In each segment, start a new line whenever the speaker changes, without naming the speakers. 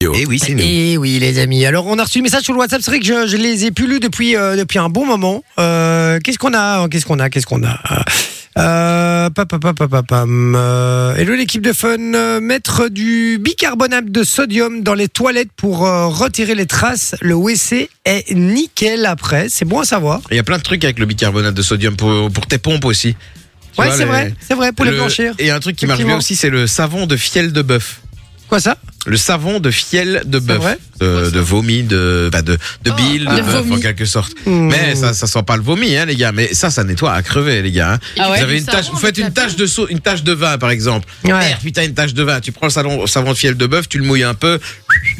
Méo.
Et Eh oui, c'est nous.
Et Eh oui, les amis. Alors, on a reçu des messages sur le WhatsApp. C'est vrai que je, je les ai plus lus depuis, euh, depuis un bon moment. Euh, qu'est-ce qu'on a Qu'est-ce qu'on a Qu'est-ce qu'on a euh, pa, pa, pa, pa, pa, pam. Euh, hello l'équipe de fun, Euh, mettre du bicarbonate de sodium dans les toilettes pour euh, retirer les traces, le WC est nickel après, c'est bon à savoir.
Il y a plein de trucs avec le bicarbonate de sodium pour, pour tes pompes aussi. Tu
ouais
vois,
c'est
les-
vrai, c'est vrai, pour les
le-
blanchir.
Et un truc qui marche
Effectivement.
bien aussi, c'est le savon de fiel de bœuf.
Quoi ça
Le savon de fiel de bœuf.
vrai
De, de vomi, de, bah, de, de bile, de
de
bœuf en
vomi.
quelque sorte.
Hmm.
Mais ça, ça sent pas le vomi, hein, les gars. Mais ça, ça nettoie à crever, les gars. hein.
Ah ouais
vous avez
Du
une
savon
tache, vous
avec
faites
la
une tache de sau- une tache de vin, par exemple.
Ouais.
Merde, putain, une tache de vin. Tu prends le salon, savon de fiel de bœuf, tu le mouilles un peu.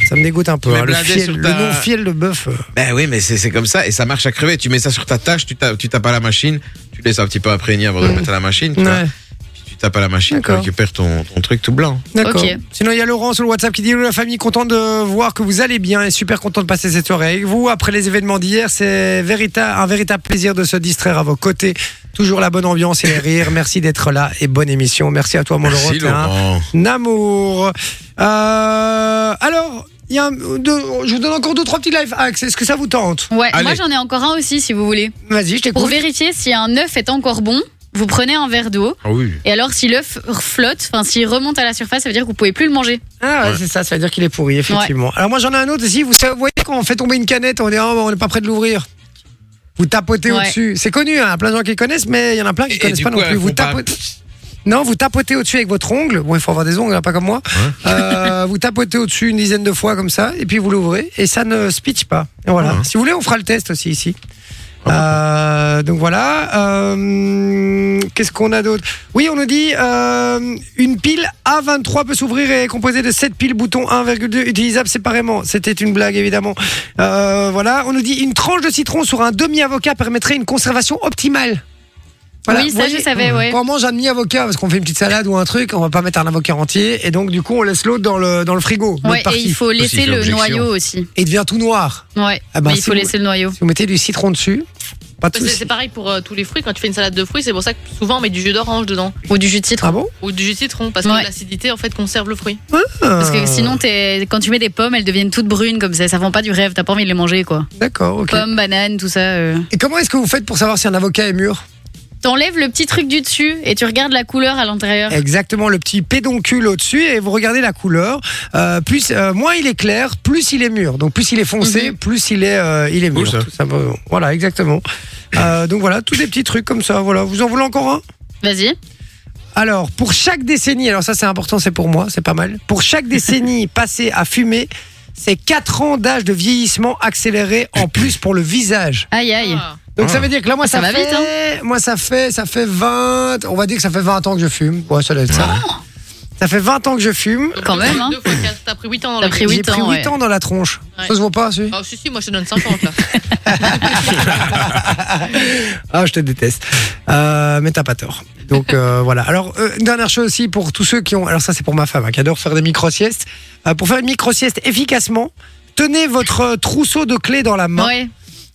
Ça me dégoûte un peu.
Mais
hein, le
blindé
fiel-
sur
le
ta-
non-fiel de bœuf. euh.
Ben oui, mais c'est c'est comme ça et ça marche à crever. Tu mets ça sur ta tâche, tu tapes, tu tapes à la machine, tu laisses un petit peu imprégner avant de le mettre à la machine. Tu, vois.
Mm. Ouais,
Puis tu tapes à la machine, tu
D'accord.
récupères ton, ton truc tout blanc.
d'accord.
Ok.
Sinon, il y a Laurent sur le WhatsApp qui dit Hello, la famille, content de voir que vous allez bien et super content de passer cette soirée avec vous. Après les événements d'hier, c'est vérita- un véritable plaisir de se distraire à vos côtés. Toujours la bonne ambiance et les rires. Merci d'être là et bonne émission. Merci à toi, mon
Merci
Laurent.
Laurent.
Namour. Euh, alors, il y a un- deux- je vous donne encore deux, trois petits live hacks. Est-ce que ça vous tente
Ouais,
Allez.
moi j'en ai encore un aussi si vous voulez.
Vas-y, je
Pour
t'écoute.
vérifier si un œuf est encore bon, vous prenez un verre d'eau.
Ah oui.
Et alors si l'œuf flotte, enfin s'il remonte à la surface, ça veut dire que vous pouvez plus le manger.
Ah ouais,
Ouais.
c'est ça, ça veut dire qu'il est pourri, effectivement. Alors moi j'en ai un autre ici, vous savez- vous voyez quand on fait tomber une canette, on est Ah, on n'est pas près de l'ouvrir. Vous tapotez
Ouais.
au-dessus. C'est connu, hein, plein de gens qui connaissent, mais il y en a plein qui
Et- et
connaissent
du
pas
coup,
non plus.
elles
Vous
font pas-
tapotez... Non, vous tapotez au-dessus avec votre ongle. Bon, il faut avoir des ongles, hein, pas comme moi. Euh, vous tapotez au-dessus une dizaine de fois comme ça, et puis vous l'ouvrez, et ça ne spitch pas. Et voilà.
Ah.
Si vous voulez, on fera le test aussi ici. Euh, donc voilà. Euh, Qu'est-ce qu'on a d'autre Oui, on nous dit euh, une pile A23 peut s'ouvrir et est composée de 7 piles boutons 1,2 utilisables séparément. C'était une blague évidemment. Euh, voilà. On nous dit une tranche de citron sur un demi-avocat permettrait une conservation optimale.
Oui, ça,
Vous voyez,
je savais, ouais.
Quand on mange un demi-avocat parce qu'on fait une petite salade ou un truc, on va pas mettre un avocat entier et donc du coup on laisse l'autre dans le, dans le frigo. l'autre
Ouais, et
partie.
il faut laisser
c'est
le
l'objection. bah,
noyau aussi.
Et il devient tout noir.
Ouais,
Ah ben,
mais il
si
faut
vous-
laisser le noyau.
Si vous mettez du citron dessus, pas de
C'est
souci.
c'est pareil pour euh, tous les fruits. Quand tu fais une salade de fruits, c'est pour ça que souvent on met du jus d'orange dedans
Ou du jus de citron.
Ah bon
ou du jus de citron parce que
Ouais.
l'acidité en fait conserve le fruit.
Parce
Euh.
Ah.
que sinon, t'es- quand tu mets des pommes, elles deviennent toutes brunes comme ça. Ça vend pas du rêve, t'as pas envie de les manger quoi.
D'accord, ok.
Pommes, bananes, tout ça. euh.
Et comment est-ce que vous faites pour savoir si un avocat est mûr
T'enlèves le petit truc du dessus et tu regardes la couleur à l'intérieur.
Eh.
Exactement, le petit pédoncule au-dessus et vous regardez la couleur. Euh, plus, euh, moins il est clair, plus il est mûr. Donc plus il est foncé, plus il est, euh, il est
Cool,
mûr.
ça.
Tout simplement. Voilà, exactement. Euh, donc voilà, tous des petits trucs comme ça. Voilà, vous en voulez encore un
Vas-y.
Alors, pour chaque décennie, alors ça c'est important, c'est pour moi, c'est pas mal. Pour chaque décennie passée à fumer, c'est 4 ans d'âge de vieillissement accéléré en plus pour le visage.
Aïe aïe.
Ah.
Donc
Ah.
ça veut dire que là moi ça,
Ça va
fait,
vite, hein.
moi ça fait ça fait 20, on va dire que ça fait 20 ans que je fume. Ouais, ça doit être ça. Ça fait 20 ans que je fume.
Donc,
Quand
deux-
même, hein.
deux fois quatre, T'as pris 8 ans dans
T'as
le
pris
game.
J'ai
huit
pris 8
ans, ouais.
ans dans la tronche.
Ouais.
Ça se voit pas, celui
Ah, si, si, moi je te donne 50 là.
Ah, je te déteste. Euh, mais t'as pas tort. Donc euh, voilà. Alors, euh, une dernière chose aussi pour tous ceux qui ont. Alors, ça, c'est pour ma femme hein, qui adore faire des micro-siestes. Euh, pour faire une micro-sieste efficacement, tenez votre euh, trousseau de clés dans
Ah.
la main.
Ouais.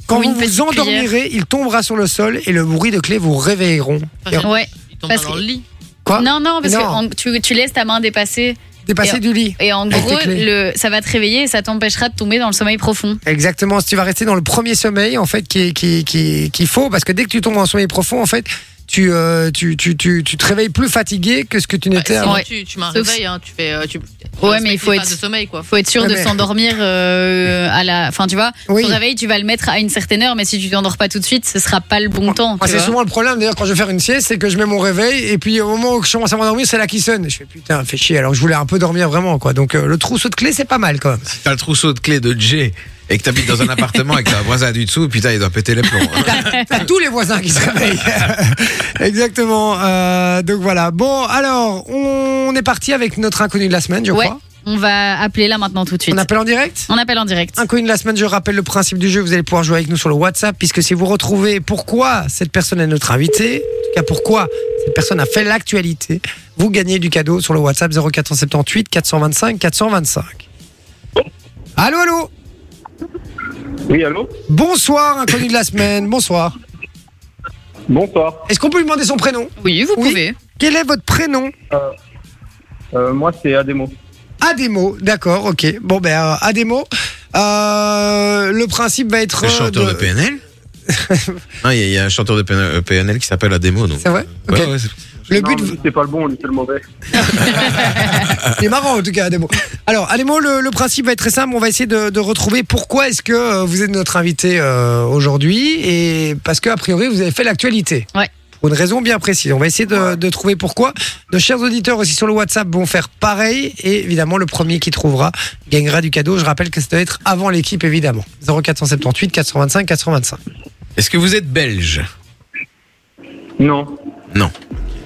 Quand
Ou
vous
une
vous
petite
endormirez, il tombera sur le sol et le bruit de clés vous réveilleront. Et
Enfin,
Ouais.
Ils tombent
Parce
dans
que-
le lit.
quoi
non, non, parce que
Non.
en- tu, tu laisses ta main dépasser.
Dépasser
Et-
du lit.
Et en
Avec
gros,
tes clés.
le, ça va te réveiller et ça t'empêchera de tomber dans le sommeil profond.
Exactement, si tu vas rester dans le premier sommeil en fait qui qui qui qu'il faut parce que dès que tu tombes en sommeil profond en fait tu euh, tu, tu tu tu te réveilles plus fatigué que ce que tu n'étais
Sinon,
avant.
ouais.
tu, tu m'en
Sauf-
réveilles, hein, tu fais. euh, tu, tu
mais
respectes
il faut
les
être-
phases de sommeil quoi.
Faut être sûr
Ouais,
de
Ah, mais-
s'endormir euh, à la. Enfin, tu vois,
Oui.
ton réveil, tu vas le mettre à une certaine heure, mais si tu t'endors pas tout de suite, ce sera pas le bon temps.
Moi,
tu
c'est
vois.
souvent le problème d'ailleurs quand je vais faire une sieste, c'est que je mets mon réveil et puis au moment où je commence à m'endormir, c'est là qui sonne. Je fais putain, fais chier. Alors que je voulais un peu dormir vraiment quoi. Donc euh, le trousseau de clé c'est pas mal quand même.
Si t'as le trousseau de clés de J et que t'habites dans un appartement et que t'as un voisin du dessous, putain, il doit péter les plombs. hein.
T'as tous les voisins qui se réveillent. Exactement. Euh, donc voilà. Bon, alors on est parti avec notre inconnu de la semaine, je
Ouais.
crois.
On va appeler là maintenant tout de suite.
On Ah. appelle en direct
On appelle en direct.
Inconnu de la semaine, je rappelle le principe du jeu, vous allez pouvoir jouer avec nous sur le WhatsApp, puisque si vous retrouvez pourquoi cette personne est notre invitée, en tout cas pourquoi cette personne a fait l'actualité, vous gagnez du cadeau sur le WhatsApp 0478 425 425. Allô, allô
Oui, allô
Bonsoir, inconnu de la semaine, bonsoir.
Bonsoir.
Est-ce qu'on peut lui demander son prénom
Oui, vous
Oui.
pouvez.
Quel est votre prénom
Euh, moi, c'est Ademo.
à des mots, d'accord, ok. Bon, ben, euh, à des mots. Euh, le principe va être.
Le
euh,
chanteur de PNL Non, il y, a- il y a un chanteur de PNL, euh, PNL qui s'appelle la démo. Donc.
C'est vrai
Ouais,
Ok.
ouais, c'est-
Le
Non,
but,
lui, c'est pas le bon, lui, c'est le mauvais.
c'est marrant en tout cas, à des mots. Alors, à des mots, le, le principe va être très simple. On va essayer de, de retrouver pourquoi est-ce que euh, vous êtes notre invité euh, aujourd'hui. Et parce que, a priori, vous avez fait l'actualité.
Ouais.
Pour une raison bien précise. On va essayer de, de trouver pourquoi. Nos chers auditeurs aussi sur le WhatsApp vont faire pareil. Et évidemment, le premier qui trouvera gagnera du cadeau. Je rappelle que ça doit être avant l'équipe, évidemment. 0478 425 425.
Est-ce que vous êtes belge
Non.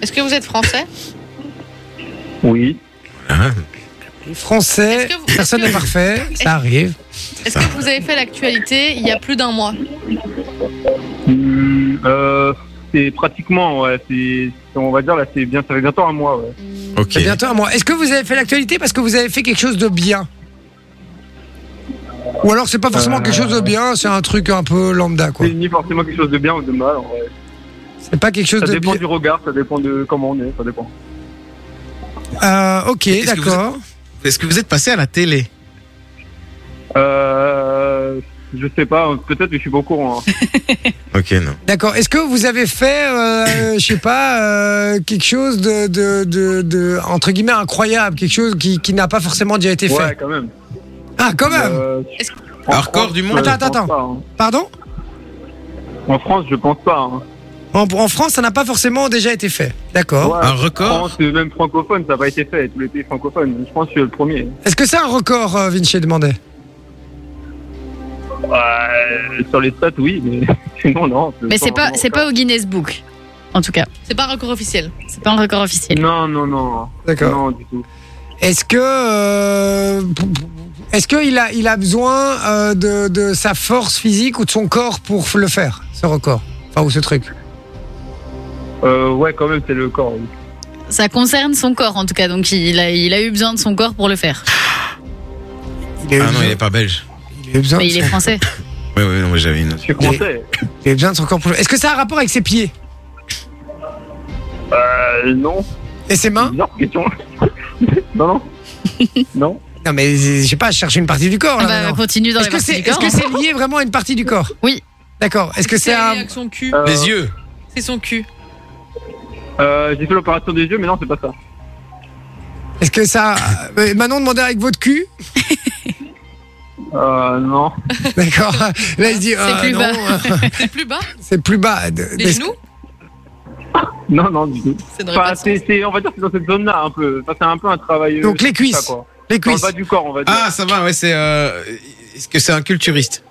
Est-ce que vous êtes français
Oui.
Hein
Les Français,
Est-ce que vous-
personne
est-ce
n'est
que-
parfait. Ça arrive.
Est-ce que vous avez fait l'actualité il y a plus d'un mois
Hum, euh, c'est pratiquement, ouais, c'est, on va dire, là, c'est bien, ça fait bientôt un mois, ouais.
Ok.
C'est bientôt à moi. Est-ce que vous avez fait l'actualité parce que vous avez fait quelque chose de bien Ou alors c'est pas forcément
Euh,
quelque chose de bien, c'est un truc un peu lambda quoi.
C'est ni forcément quelque chose de bien ou de mal, en vrai.
C'est pas quelque chose
Ça
de
dépend
bien.
du regard, ça dépend de comment on est, ça dépend.
Euh, ok,
Est-ce que vous
d'accord.
Est-ce que vous êtes passé à la télé
Euh, je sais pas, peut-être que je suis pas au courant. hein.
Ok, non.
D'accord. Est-ce que vous avez fait, euh, je sais pas, euh, quelque chose de, de, de, de- entre guillemets incroyable, quelque chose qui, qui n'a pas forcément déjà été
Ouais,
fait
quand même.
Ah, quand même.
Euh,
Est-ce que-
en
Alors, record du monde.
je
Attends, attends,
pense pas, hein.
Pardon
En France, je pense pas. hein.
en, en France, ça n'a pas forcément déjà été fait. D'accord.
Ouais,
Un
en
record
France, même francophone, ça n'a pas été fait. Tous les pays francophones, je pense que je suis le premier.
Est-ce que c'est un record, euh, Vinci demandait
Ouais, Euh, sur les stats, oui, mais sinon, non.
Mais c'est pas, c'est pas au Guinness Book, en tout cas.
C'est pas un record officiel.
C'est pas un record officiel.
Non, non, non.
D'accord.
Non, du tout.
Est-ce que euh, est-ce qu'il a il a besoin euh, de, de sa force physique ou de son corps pour le faire ce record enfin ou ce truc
Euh, ouais, quand même, c'est le corps. oui.
Ça concerne son corps, en tout cas. Donc, il a, il a eu besoin de son corps pour le faire.
il a eu
Ah non,
besoin,
il n'est pas belge.
il a eu besoin
Mais
de
il est
son-
français.
Oui, oui, non, mais j'avais une.
Je suis français.
il a eu besoin de son corps pour le- est-ce que ça a un rapport avec ses pieds
Euh, non.
et ses mains
Hein
Bizarre question. non, non. non.
non mais je sais pas je cherche une partie du corps Oh là,
Bah,
maintenant.
continue dans
est-ce
les
que
parties
c'est
du
est-ce
corps. hein.
que c'est lié vraiment à une partie du corps
Oui.
d'accord est-ce que c'est
la
un
réaction cul
Euh,
Les yeux
C'est son cul.
euh, J'ai fait l'opération des yeux, mais non, c'est pas ça.
est-ce que ça euh, Manon demandait avec votre cul
Euh, non.
d'accord là il dit euh,
plus
non,
bas.
euh,
C'est plus bas
c'est plus bas De-
Les
de-
genoux
Non, non, du tout.
Ça n'aurait
Enfin,
pas de sens.
c'est, c'est- on va dire que c'est dans cette zone-là, un peu. Enfin, c'est un peu un travail. euh,
donc les
je sais pas
cuisses
quoi.
les
Dans le
cuisses
bas du corps, on va dire.
Ah, ça va, ouais, c'est. euh, Est-ce que c'est un culturiste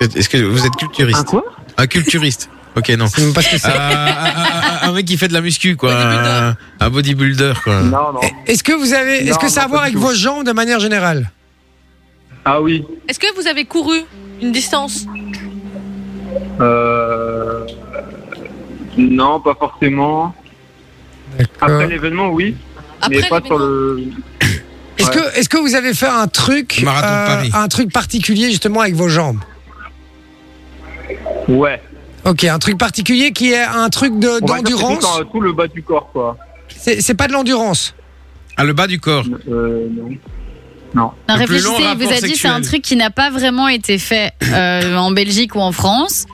Est-ce que- Est-ce que vous êtes
un
culturiste
quoi
Un culturiste Ok, non.
Je sais même pas ce que
Euh, un, un- un mec qui fait de la muscu, quoi.
Bodybuilder.
Un, un bodybuilder,
Ah.
quoi.
Non, non.
Eh, Est-ce que vous avez, est-ce
Non,
que ça a à
non,
voir
pas
avec
du
vos
tout.
jambes de manière générale
Ah oui.
Est-ce que vous avez couru une distance
Euh... Non, pas forcément.
Ah.
Après l'événement, oui, mais
après
pas sur le.
Est-ce que, est-ce que vous avez fait un truc, euh,
Le marathon de Paris.
un truc particulier justement avec vos jambes
Ouais.
Ok, un truc particulier qui est un truc de,
On va dire que c'est
d'endurance.
Tout, en- tout le bas du corps, quoi.
C'est, c'est pas de l'endurance.
Ah, le bas du corps.
Euh, non.
Non,
Le plus long
réfléchissez, il vous a
rapport
dit c'est un
sexuel.
truc qui n'a pas vraiment été fait euh, en Belgique ou en France,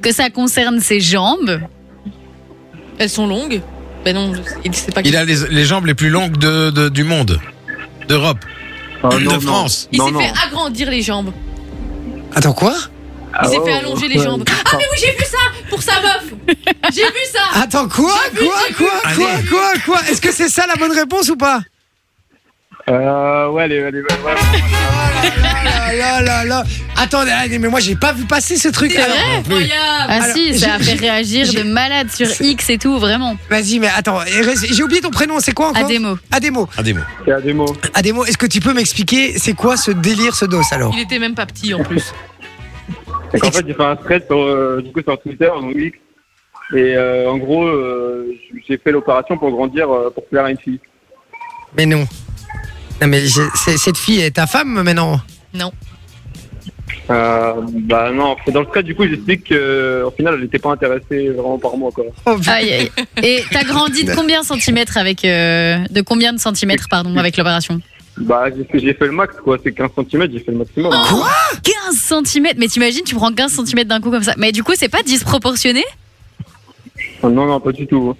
que ça concerne ses jambes.
Elles sont longues Ben non, je- il sait pas.
Il a les, les jambes les plus longues de, de- du monde. D'Europe.
Ah,
de
non, non.
France.
Il
Non,
s'est
non.
fait agrandir les jambes.
Attends quoi
Ah,
s'est fait
ouais,
allonger les
ouais. Ah,
jambes. Oui, j'ai vu ça pour sa meuf. J'ai vu ça.
Attends quoi
vu,
Quoi
j'ai vu.
Quoi Quoi
Allez.
Quoi Quoi Est-ce que c'est ça la bonne réponse ou pas
Euh, ouais, les, les- ouais, ouais.
Ah là là là. Attendez, allez, mais moi j'ai pas vu passer ce truc. alors.
Incroyable.
Ah
Alors,
si,
j'ai-
ça a
j'ai-
fait réagir de
j'ai-
malade sur
C'est-
X et tout, vraiment.
Vas-y, mais attends, et reste- j'ai oublié ton prénom. C'est quoi
À
encore
des mots.
Ademo.
Ah, des mots.
c'est à des mots.
Ademo, est-ce que tu peux m'expliquer c'est quoi ce délire, ce dos alors
Il était même pas petit en plus.
Donc, en fait, j'ai fait un thread sur, euh, du coup, sur Twitter, donc X. Et euh, en gros, euh, j'ai fait l'opération pour grandir, euh, pour plaire à une fille.
Mais non. Non mais j'ai- c'est- cette fille est ta femme maintenant.
Euh, bah non, dans le thread, du coup, j'explique qu'au final, elle n'était pas intéressée vraiment par moi, quoi.
Oh, putain.
Aïe, aïe. Et t'as grandi de combien de centimètres avec euh, de combien de centimètres pardon avec l'opération
Bah, j'ai fait, j'ai fait le max, quoi. C'est 15 cm, j'ai fait le maximum.
15 cm Mais t'imagines, tu prends 15 cm d'un coup comme ça. Mais du coup, c'est pas disproportionné
Non, non, pas du tout.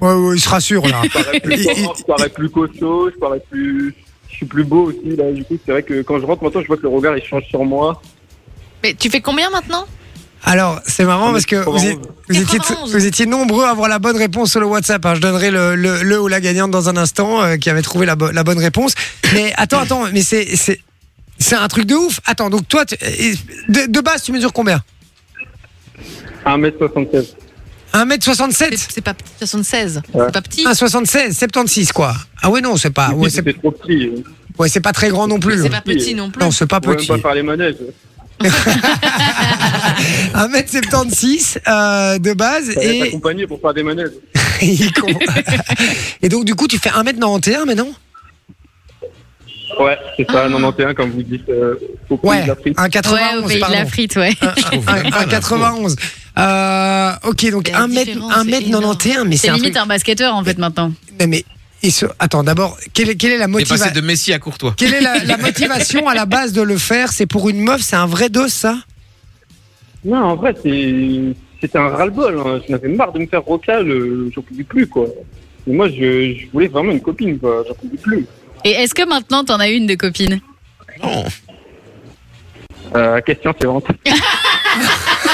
Ouais, ouais, il se rassure là.
Je parais plus fort, je parais plus costaud, je parais plus. Je suis plus beau aussi, là. Du coup, c'est vrai que quand je rentre maintenant, je vois que le regard, il change sur moi.
Mais tu fais combien maintenant
Alors, c'est marrant parce que vous, êtes- vous étiez,
91.
vous étiez nombreux à avoir la bonne réponse sur le WhatsApp. hein. Je donnerai le, le, le ou la gagnante dans un instant euh, qui avait trouvé la, bo- la bonne réponse. Mais attends, attends, mais c'est. c'est... C'est un truc de ouf. Attends, donc toi, tu- et- de, de base, tu mesures combien
1m76.
1m67
C'est c'est pas petit, 76.
Ouais.
C'est pas petit.
1,76, 76 quoi. Ah ouais, non, c'est pas, ouais, c'est,
C'était trop petit. Je
ouais, c'est pas très grand non plus.
C'est pas petit non plus.
Non, c'est pas
pouvais même
petit.
pas faire les manèges.
1m76 euh, de base
Fallait
et,
t'accompagner pour faire des manèges.
il compte. et donc du coup tu fais 1m91 mais non
Ouais, c'est ça, 91, comme vous dites. Euh, au pays
Ouais,
de l'Afrique.
Ouais, au
1,91
pays de la
pardon. Ah,
frite, ouais.
trouve
Un-
mal,
un
hein,
91. Euh, ok, donc
Il y a une
1 mètre,
différence,
1
c'est
mètre
énorme.
91, mais c'est
C'est
un
limite
truc.
un basketteur en fait maintenant.
Non, mais et ce- attends, d'abord, quelle, est- quelle est la
T'es passé
motivation
de Messi à Courtois.
Quelle est la, la motivation à la base de le faire C'est pour une meuf, c'est un vrai dos ça
Non, en vrai, c'est c'était un ras-le-bol. hein. J'en avais marre de me faire rocal, euh, j'en pouvais plus, quoi. Et moi, je, je voulais vraiment une copine, quoi. J'en pouvais plus.
Et est-ce que maintenant t'en as une de copine
Non.
Euh, question suivante.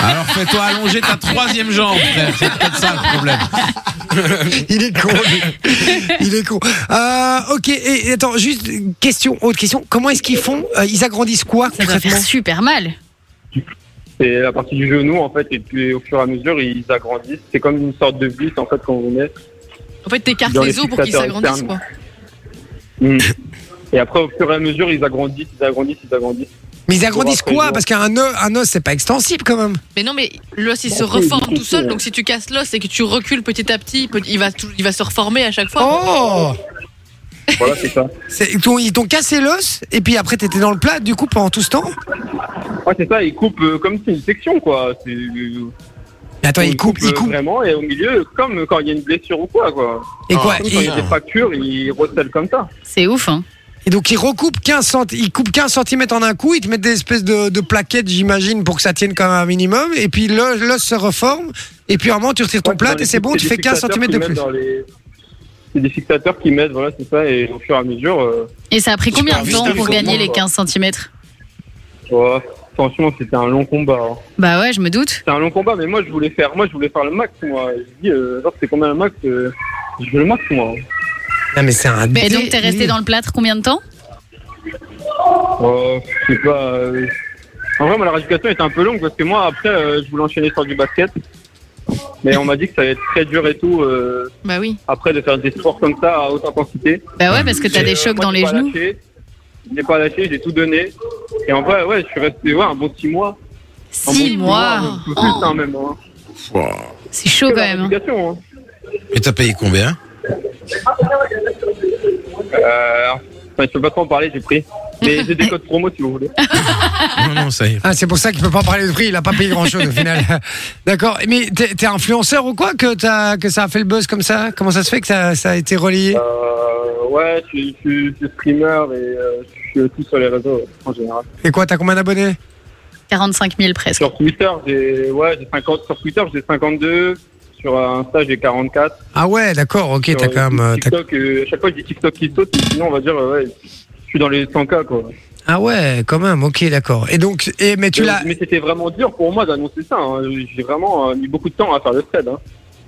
Alors fais-toi allonger ta troisième jambe, frère. C'est peut-être ça le problème.
Il est con. lui. Il est con. Euh, ok, et, et attends, juste une question, autre question. Comment est-ce qu'ils font Euh, Ils agrandissent quoi
Ça doit
concrètement
faire super mal.
C'est la partie du genou, en fait, et puis au fur et à mesure, ils agrandissent. C'est comme une sorte de vis, en fait, quand on est.
En fait, t'écartes
Dans
les,
les
os pour qu'ils
fixateurs
s'agrandissent
externes.
quoi.
Mm.
Et après, au fur et à mesure, ils agrandissent, ils agrandissent, ils agrandissent.
Mais ils agrandissent
Pour
quoi
après,
Parce qu'un œuf, un os, c'est pas extensible quand même.
Mais non, mais l'os il se
Merci,
reforme
merci.
tout seul. Donc si tu casses l'os et que tu recules petit à petit, peut- il va tout- il va se reformer à chaque fois.
Oh
Voilà, c'est ça.
C'est- ils t'ont- Ils t'ont cassé l'os et puis après t'étais dans le plat du coup pendant tout ce temps
Ouais, c'est ça, ils coupent euh, comme si c'est une section, quoi. C'est-
Mais Attends, ils coupent, ils
euh,
coupent.
Vraiment, et au milieu, comme quand il y a une blessure ou quoi, quoi.
Et quoi
Comme quand il
et,
y a des fractures, ils recèlent comme ça.
C'est ouf, hein.
et donc ils recoupent 15 cent- ils coupent 15 cm en un coup, ils te mettent des espèces de, de plaquettes, j'imagine, pour que ça tienne comme un minimum. Et puis l'os l'os se reforme. Et puis à un moment, tu retires ton
Ouais,
plat
dans les-
et c'est bon,
c'est
tu
des
fais 15
fixateurs
cm
qui
de
mettent
plus.
dans les- C'est des fixateurs qui mettent, voilà, c'est ça, et au fur et à mesure, euh,
Et ça a pris
Super
combien de
vite,
temps
hein,
pour
les
gagner les
hormones,
15 cm
oh, franchement, c'était un long combat. hein.
Bah ouais, je me doute.
C'était un long combat, mais moi, je voulais faire, moi, je voulais faire le max, moi. Je dis, euh, genre, c'est combien le max euh, Je veux le max, moi.
Non mais c'est un
Et donc t'es resté dans le plâtre combien de temps
Oh, je sais pas. euh, En vrai, moi, la rééducation était un peu longue parce que moi, après, euh, je voulais enchaîner sur du basket. Mais on m'a dit que ça allait être très dur et tout, euh,
Bah oui.
après, de faire des sports comme ça à haute intensité.
Bah ouais, parce que t'as
Et,
des
euh,
chocs
moi,
dans
j'ai
les
pas
genoux.
lâché. J'ai pas lâché, j'ai tout donné. Et en vrai, ouais, je suis resté ouais, un bon six mois. Un bon
6 mois.
un peu plus, hein, même. hein.
C'est chaud
Que
quand
la
même. hein.
rééducation, hein.
Et t'as payé combien
Euh, enfin, je peux pas trop en parler, j'ai pris. Mais j'ai des codes promo si vous voulez.
Non, non, ça y est.
Ah, c'est pour ça qu'il peut pas parler de prix, il a pas payé grand chose au final. D'accord, mais t'es t'es influenceur ou quoi que, t'as- que ça a fait le buzz comme ça Comment ça se fait que ça, ça a été relayé
Euh, ouais, je suis- je suis je suis streamer et euh, je suis aussi sur les réseaux ouais, en général.
Et quoi, t'as combien d'abonnés
45 000 presque.
Sur Twitter, j'ai ouais, j'ai 50 sur Twitter, j'ai 52. Sur euh, Insta, j'ai 44.
Ah ouais, d'accord, ok,
Sur,
t'as quand même.
euh,
euh, t'as-
TikTok, euh, à chaque fois, je dis TikTok qui saute. Sinon, on va dire, euh, ouais, je suis dans les 100K, quoi.
Ah ouais, quand même, ok, d'accord. Et donc, et, mais tu
Mais-
l'as.
Mais c'était vraiment dur pour moi d'annoncer ça. hein. J'ai vraiment euh, mis beaucoup de temps à faire le thread. Hein.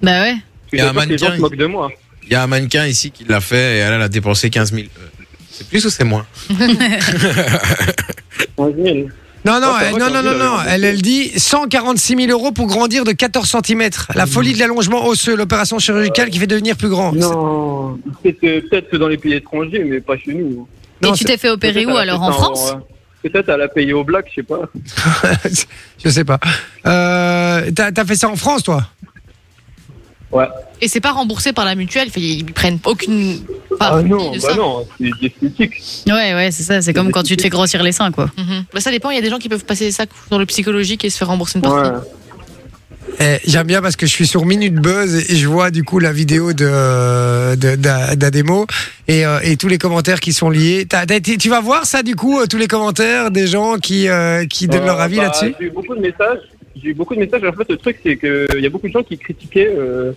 Bah ouais.
Parce que
Et un
j'avais peur que les gens
mannequin,
se moquent de moi.
Il y a un mannequin ici qui l'a fait et elle, elle a dépensé 15 000. Euh, C'est plus ou c'est moins
11 000.
Non, non,
Oh, c'est
elle-
vrai
non,
qu'elle
non,
dit,
non,
elle
non.
avait
Elle, elle dit 146 000 euros pour grandir de 14 cm. La folie de l'allongement osseux, l'opération chirurgicale qui fait devenir plus grand.
Non. Peut-être euh, peut-être dans les pays étrangers, mais pas chez nous.
Non,
Et tu
c'est-
t'es fait opérer
Peut-être
où
à la-
alors En
peut-être
France
euh, Peut-être à la payer au black, je sais pas.
Je sais pas. Euh, t'as t'as fait ça en France, toi
Ouais.
Et c'est pas remboursé par la mutuelle. Enfin, ils prennent aucune part
Ah non,
de
bah
ça.
non, c'est des esthétiques.
Ouais, ouais, c'est ça. C'est comme quand tu te fais grossir les seins, quoi. Ah,
Euh,
Mhm. Bah, ça dépend. Il y a des gens qui peuvent passer ça dans le psychologique et se faire rembourser une
Ouais.
partie.
Eh, J'aime bien parce que je suis sur Minute Buzz et je vois du coup la vidéo de de- d'A- d'Ademo et, euh, et tous les commentaires qui sont liés. T'as- t'as été- tu vas voir ça du coup, euh, tous les commentaires des gens qui, euh, qui donnent leur
Euh,
avis
bah,
là-dessus
J'ai eu beaucoup de messages. J'ai eu beaucoup de messages. En fait, le truc, c'est qu'il y a beaucoup de gens qui critiquaient, euh,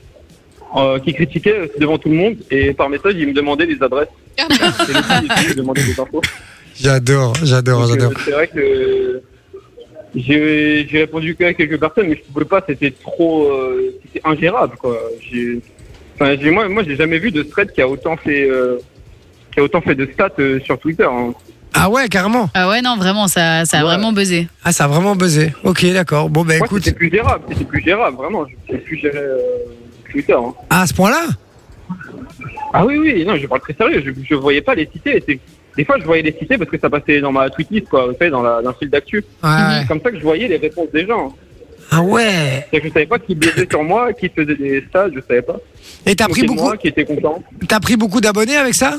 euh, qui critiquaient euh, devant tout le monde. Et par message, ils me demandaient des adresses. Et les gens, ils me demandaient des infos.
J'adore, j'adore,
Donc, euh,
j'adore.
C'est vrai que j'ai j'ai répondu qu'à quelques personnes, mais je pouvais pas. C'était trop, euh, c'était ingérable, quoi. J'ai- Enfin, j'ai- moi, moi, j'ai jamais vu de thread qui a autant fait, euh, qui a autant fait de stats euh, sur Twitter. hein.
Ah ouais, carrément.
Ah ouais, non, vraiment, ça, ça a
Ouais.
vraiment buzzé.
Ah, ça a vraiment buzzé. Ok, d'accord. Bon, bah
Moi,
écoute,
c'était plus gérable, c'était plus gérable, vraiment. Je ne plus gérer euh, Twitter. hein.
ah, à ce point-là
Ah oui, oui, non, je parle très sérieux. Je, je voyais pas les cités. C'est- Des fois, je voyais les cités parce que ça passait dans ma tweet list, quoi, vous savez, dans, la, dans le fil d'actu.
Ouais, Ah ouais.
C'est comme ça que je voyais les réponses des gens.
Ah ouais.
C'est-à-dire que je savais pas qui baisait sur moi, qui faisait des stages, je savais pas.
Et t'as
Donc,
pris
c'est
beaucoup,
Moi qui était content.
t'as pris beaucoup d'abonnés avec ça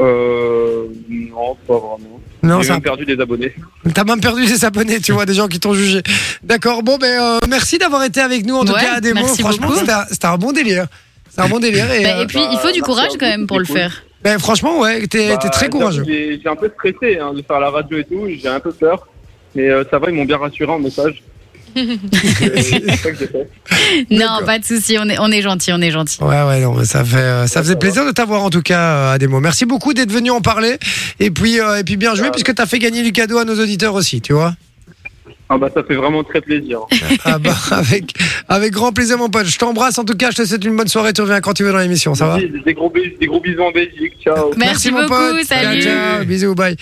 Euh, non, pas vraiment.
Non,
J'ai
ça.
même perdu des abonnés.
T'as même perdu ses abonnés, tu vois, des gens qui t'ont jugé. D'accord. Bon, ben euh, merci d'avoir été avec nous en tout
Ouais,
cas à des mots.
merci
Franchement,
beaucoup.
c'était un- c'était un bon délire. C'est un bon délire et,
Bah,
euh,
et puis,
bah,
il faut du
merci à
courage
vous,
quand même pour le
c'était cool.
faire.
ben, franchement, ouais, t'es
Bah,
t'es très
j'avoue,
courageux.
J'ai j'ai un peu stressé hein, de faire la radio et tout. J'ai un peu peur. Mais euh, ça va, ils m'ont bien rassuré en message. Donc, euh, c'est ça que j'ai fait.
Non,
D'accord.
pas de souci, on est, on est gentil, on est gentil.
Ouais, ouais, non, mais ça fait, euh, ça
Ouais,
faisait
ça
plaisir de t'avoir en tout cas euh, à des mots. Merci beaucoup d'être venu en parler et puis euh, et puis bien joué
Ouais.
puisque t'as fait gagner du cadeau à nos auditeurs aussi, tu vois.
Ah bah ça fait vraiment très plaisir.
Ah bah, avec avec grand plaisir mon pote. Je t'embrasse en tout cas. Je te souhaite une bonne soirée. Tu reviens quand tu veux dans l'émission, ça va
Des- des gros bis- des gros bisous en Belgique. Ciao.
Merci,
mon
beaucoup,
pote.
salut.
Ciao, ciao, bisous, bye.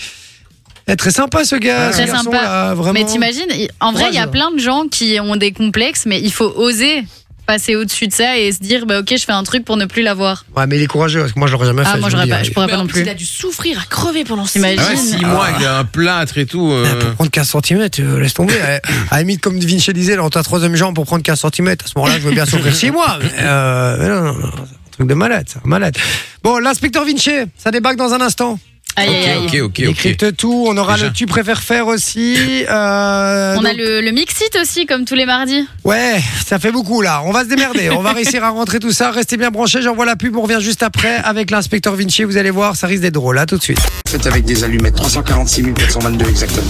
Eh, très sympa ce gars,
Très
ce garçon
sympa.
là, vraiment.
Mais t'imagines, il- en vrai, il y a
Courage.
plein de gens qui ont des complexes, mais il faut oser passer au-dessus de ça et se dire, bah, ok, je fais un truc pour ne plus l'avoir.
Ouais, mais il est courageux parce que moi je l'aurais jamais fait.
Ah, moi,
je
j'aurais
vous le
pas, je
dis.
pourrais
Mais
pas
en
non
plus,
plus.
Il a dû souffrir à crever pendant six
T'imagines
Ah ouais,
mois.
6 mois avec un plâtre et tout. euh,
hein. Pour prendre 15 cm, laisse tomber. Eh, À la limite, comme Vinci disait, là, on t'a troisième jambe pour prendre 15 cm. À ce moment-là, je veux bien s'ouvrir chez moi. Mais, euh, mais non, non, non, c'est un truc de malade, c'est un malade. Bon, l'inspecteur Vinci, ça débarque dans un instant.
Aïe, aïe, aïe.
Ok, ok,
Il
ok. ok.
décrypte tout. On aura
Déjà.
le tu préfères faire aussi. euh,
On
donc-
a le, le mix-it aussi, comme tous les mardis.
Ouais, ça fait beaucoup là. On va se démerder. On va réussir à rentrer tout ça. Restez bien branchés. J'envoie la pub. On revient juste après avec l'inspecteur Vinci. Vous allez voir, ça risque d'être drôle. À tout de suite.
Faites avec des allumettes, 346 422 exactement.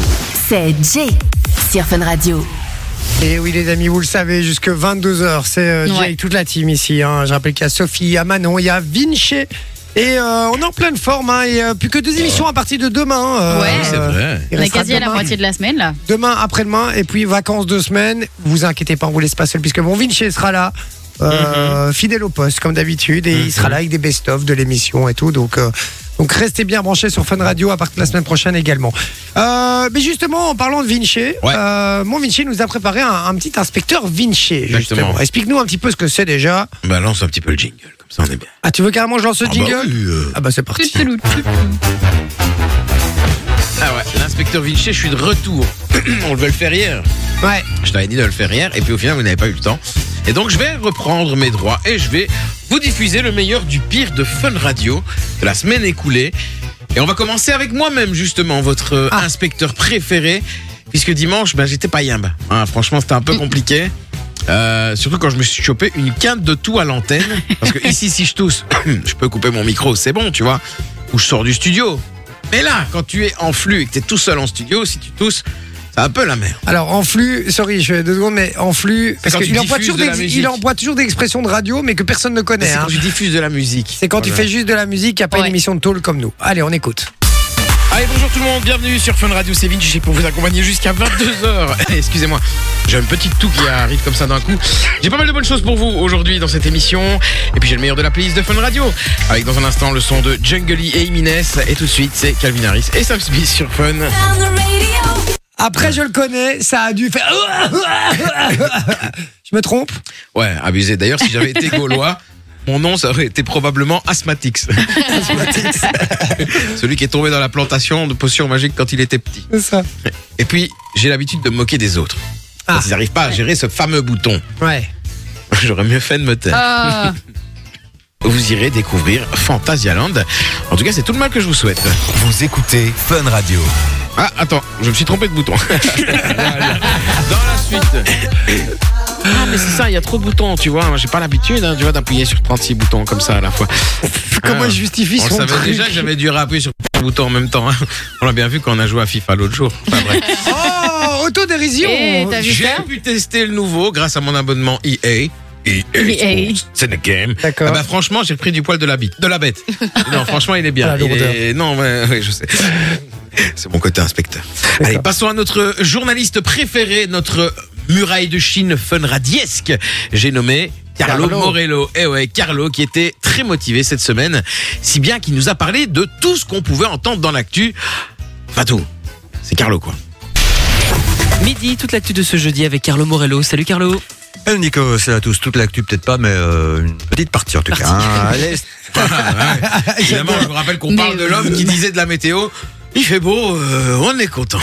C'est Jay sur Fun Radio.
Et oui, les amis, vous le savez, jusque 22h, c'est euh, Jay
Ouais.
avec toute la team ici. hein. Je rappelle qu'il y a Sophie, il y a Manon, il y a Vinci. Et euh, on est en pleine forme. hein. et euh, plus que deux émissions à partir de demain. euh,
Ouais.
Ah Oui, c'est vrai.
il
On est
restera
quasi à la
demain.
moitié de la semaine, là.
demain après-demain et puis vacances de semaine. Vous inquiétez pas, on vous laisse pas seul puisque mon Vinci sera là. euh,
Mhm.
Fidèle au poste comme d'habitude et il sera là avec des best-of de l'émission et tout donc euh, donc restez bien branchés sur Fun Radio à partir de la semaine prochaine également Euh, mais justement en parlant de Vinci euh, mon Vinci nous a préparé un, un petit inspecteur Vinci justement.
Exactement.
explique-nous un petit peu ce que c'est déjà
Bah, lance un petit peu le jingle, comme ça on est bien.
ah tu veux carrément que je lance ce
Ah bah
jingle
oui, euh.
ah bah c'est parti
Ah ouais, l'inspecteur Vinci, je suis de retour. on devait le faire hier.
ouais
Je t'avais dit de le faire hier, et puis au final, vous n'avez pas eu le temps. Et donc, je vais reprendre mes droits et je vais vous diffuser le meilleur du pire de Fun Radio de la semaine écoulée. Et on va commencer avec moi-même, justement, votre euh,
Ah.
inspecteur préféré, puisque dimanche, ben, j'étais pas yimbe. Hein, franchement, c'était un peu compliqué. Euh, surtout quand je me suis chopé une quinte de tout à l'antenne. Parce que ici, si je tousse, je peux couper mon micro, c'est bon, tu vois. Ou je sors du studio. Mais là, quand tu es en flux et que tu es tout seul en studio, si tu tousses, c'est un peu la merde.
Alors en flux, sorry, je fais deux secondes, mais en flux, parce
quand tu
qu'il emploie,
diffuses
toujours
de la
des-
musique.
il emploie toujours des expressions de radio, mais que personne ne connaît.
C'est Oh
hein.
quand tu diffuses de la musique.
C'est quand tu fais juste de la musique, à pas une
Ouais.
émission de tôle comme nous. Allez, on écoute.
Allez, bonjour tout le monde, bienvenue sur Fun Radio, c'est Vinci pour vous accompagner jusqu'à 22h. Excusez-moi, j'ai une petite toux qui arrive comme ça d'un coup. J'ai pas mal de bonnes choses pour vous aujourd'hui dans cette émission. Et puis j'ai le meilleur de la playlist de Fun Radio. Avec dans un instant le son de Jungly et Imines. Et tout de suite, c'est Calvin Harris et Sam Smith sur Fun.
Après, je le connais, ça a dû faire. je me trompe
Ouais, abusé. D'ailleurs, si j'avais été gaulois. Mon nom, ça aurait été probablement Asthmatix. Asthmatix. Celui qui est tombé dans la plantation de potions magiques quand il était petit.
C'est ça.
Et puis, j'ai l'habitude de me moquer des autres.
Ah.
Quand ils n'arrivent pas à gérer ce fameux bouton.
Ouais.
J'aurais mieux fait de me taire.
Ah.
Vous irez découvrir Phantasialand. En tout cas, c'est tout le mal que je vous souhaite.
Vous écoutez Fun Radio.
Ah, attends, je me suis trompé de bouton. Voilà. Dans la suite. Ah, mais c'est ça, il y a trop de boutons, tu vois. Moi, j'ai pas l'habitude, hein, tu vois, d'appuyer sur 36 boutons comme ça à la fois.
Comment
Ah.
je justifie
On le
son
savait
truc
déjà que j'avais dû appuyer sur le bouton en même temps. hein. On l'a bien vu quand on a joué à FIFA l'autre jour. Pas vrai.
Oh, autodérision
Eh, t'as vu
J'ai
ça
pu tester le nouveau grâce à mon abonnement E EA.
EA.
Sports, C'est le game.
D'accord.
Ah bah franchement, j'ai pris du poil de la bite, de la bête. non, franchement, il est bien.
Ah, la
Il
lourdeur.
est- Non, ouais, ouais, je sais. C'est mon côté inspecteur. Allez, passons à notre journaliste préféré, notre muraille de Chine fun radiesque. J'ai nommé Carlo,
Carlo.
Morello. Eh ouais, Carlo qui était très motivé cette semaine, si bien qu'il nous a parlé de tout ce qu'on pouvait entendre dans l'actu. Enfin tout. C'est Carlo quoi.
Midi, toute l'actu de ce jeudi avec Carlo Morello. Salut Carlo.
Hello Nico, c'est à tous. Toute l'actu, peut-être pas, mais euh, une petite partie en tout cas. hein.
Ah,
Allez,
hein. Évidemment, je vous rappelle qu'on
Mais-
parle de l'homme qui disait de la météo. Il fait beau, euh, on est content.